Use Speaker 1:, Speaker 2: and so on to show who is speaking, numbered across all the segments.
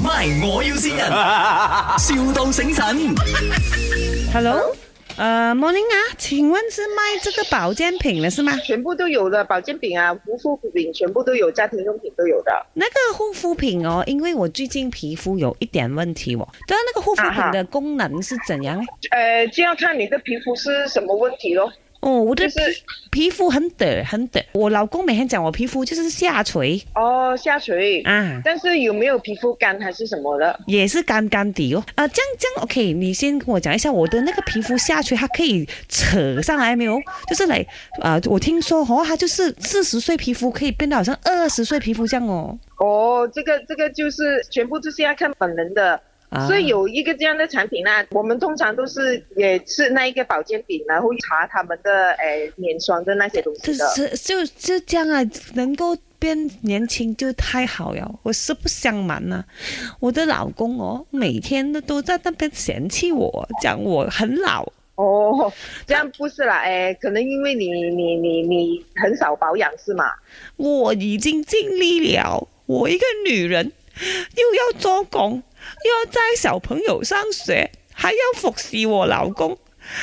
Speaker 1: ，MY 我要線人，笑到醒神。
Speaker 2: Hello，呃，Morning 啊，请问是卖这个保健品的是吗？
Speaker 3: 全部都有的，保健品啊、护肤品全部都有，家庭用品都有的。
Speaker 2: 那个护肤品哦，因为我最近皮肤有一点问题哦，对啊，那个护肤品的功能是怎样呢？
Speaker 3: 呃，就要看你的皮肤是什么问题咯。
Speaker 2: 哦，我的
Speaker 3: 就
Speaker 2: 皮
Speaker 3: 是
Speaker 2: 皮肤很得很得，我老公每天讲我皮肤就是下垂
Speaker 3: 哦，下垂，
Speaker 2: 啊，
Speaker 3: 但是有没有皮肤干还是什么的？
Speaker 2: 也是干干的哦。啊、这样这样，OK，你先跟我讲一下我的那个皮肤下垂，它可以扯上来没有？就是来啊、呃我听说哦，它就是四十岁皮肤可以变得好像二十岁皮肤这样哦。
Speaker 3: 哦，这个这个就是全部就是要看本人的。
Speaker 2: 啊
Speaker 3: 所以有一个这样的产品啦、我们通常都是也吃那一个保健品，然后查他们的诶、呃免霜的那些东
Speaker 2: 这
Speaker 3: 西的。
Speaker 2: 是就就这样啊，能够变年轻就太好了。我实不相瞒呐、我的老公哦，每天都都在那边嫌弃我，讲我很老。
Speaker 3: 哦，这样不是啦，诶、可能因为你你你你很少保养是吗？
Speaker 2: 我已经尽力了，我一个女人又要做工，又要带小朋友上学，还要服侍我老公，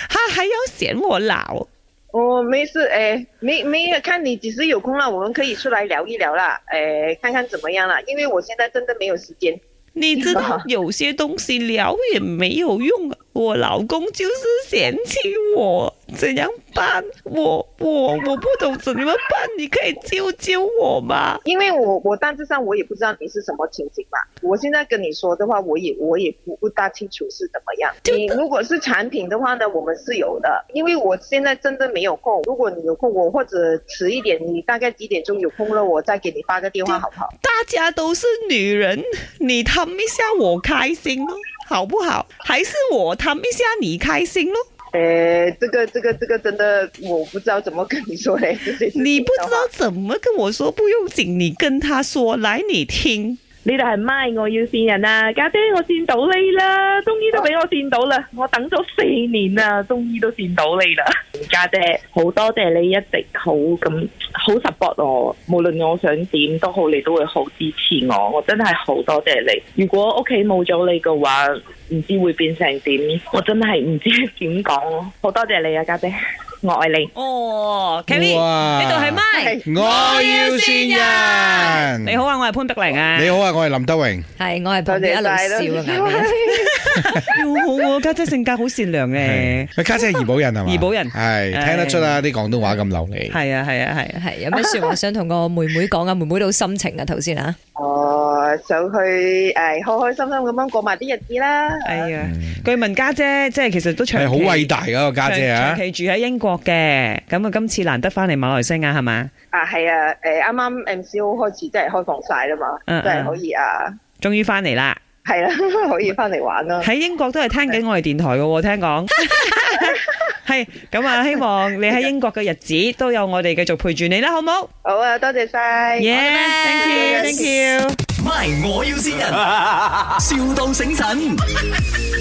Speaker 2: 他还要嫌我老。
Speaker 3: 哦，没事，哎，没没有，看你几时有空了，我们可以出来聊一聊啦，哎，看看怎么样啦，因为我现在真的没有时间。
Speaker 2: 你知道有些东西聊也没有用啊！我老公就是嫌弃我，怎样办？我我我不懂怎么办，你可以救救我吗？
Speaker 3: 因为我我大致上我也不知道你是什么情形嘛，我现在跟你说的话，我也我也不不大清楚是怎么样。
Speaker 2: 就
Speaker 3: 你如果是产品的话呢，我们是有的，因为我现在真的没有空。如果你有空，我或者迟一点，你大概几点钟有空了，我再给你发个电话，好不好？
Speaker 2: 大家都是女人，你氹一下我开心咯，好不好？还是我氹一下你开心咯？
Speaker 3: 呃，这个这个这个真的我不知道怎么跟你说嘞，这些事情
Speaker 2: 你不知
Speaker 3: 的 话
Speaker 2: 道怎么跟我说不用紧，你跟他说来，你听。
Speaker 4: 呢度係咪我要線人啊，家姐我線到你啦，終於都俾我線到啦，我等咗四年啦，終於都線到你啦，家姐好多謝你一直好咁好 support 我，無論我想點都好，你都會好支持我，我真係好多謝你。如果屋企冇咗你嘅話，唔知會變成點，我真係唔知點講咯，好多謝你啊，家姐，我愛你。
Speaker 2: 哦，Kelly，
Speaker 5: 哇
Speaker 2: 呢度係
Speaker 3: 哎
Speaker 2: 咪？
Speaker 5: 我要先人。
Speaker 2: 你好，啊，我係潘碧玲啊。
Speaker 5: 你好啊，我系林德荣。
Speaker 6: 係，我係
Speaker 3: 多
Speaker 6: 旁
Speaker 3: 謝
Speaker 6: 邊一路
Speaker 3: 晒
Speaker 6: 笑
Speaker 3: 啦
Speaker 6: 嘅顏 面。
Speaker 2: 好好啊，家姐性格好善良嘅。
Speaker 5: 你家姐系怡保人系嘛？
Speaker 2: 怡保人
Speaker 5: 系聽得出啊，啲廣東話咁流利。
Speaker 2: 係啊係啊係啊，
Speaker 6: 係有咩说話想同個妹妹講啊？妹妹都好心情啊，頭先啊。
Speaker 3: 哦，想去诶開開心心咁樣過埋啲日子啦。
Speaker 2: 哎呀，據聞家姐即係其實都長
Speaker 5: 係
Speaker 2: 期
Speaker 5: 好偉大噶個家姐啊
Speaker 2: 長！期住喺英國嘅，咁啊今次難得翻嚟馬來西亞係嘛，
Speaker 3: 啊，係啊，诶，啱啱 MCO 開始真係開放晒啦嘛，
Speaker 2: 嗯
Speaker 3: 真係可以啊，
Speaker 2: 終於翻嚟啦！
Speaker 3: 係啦， 可以翻嚟玩啦。
Speaker 2: 喺英國都係聽緊我哋電台嘅喎，聽講。 係咁啊！希望你喺英國嘅日子都有我哋繼續陪住你啦，好唔好
Speaker 3: 好啊，多謝晒。
Speaker 2: ？Yeah，thank you，thank you。
Speaker 1: MY 我要線人，笑到醒神。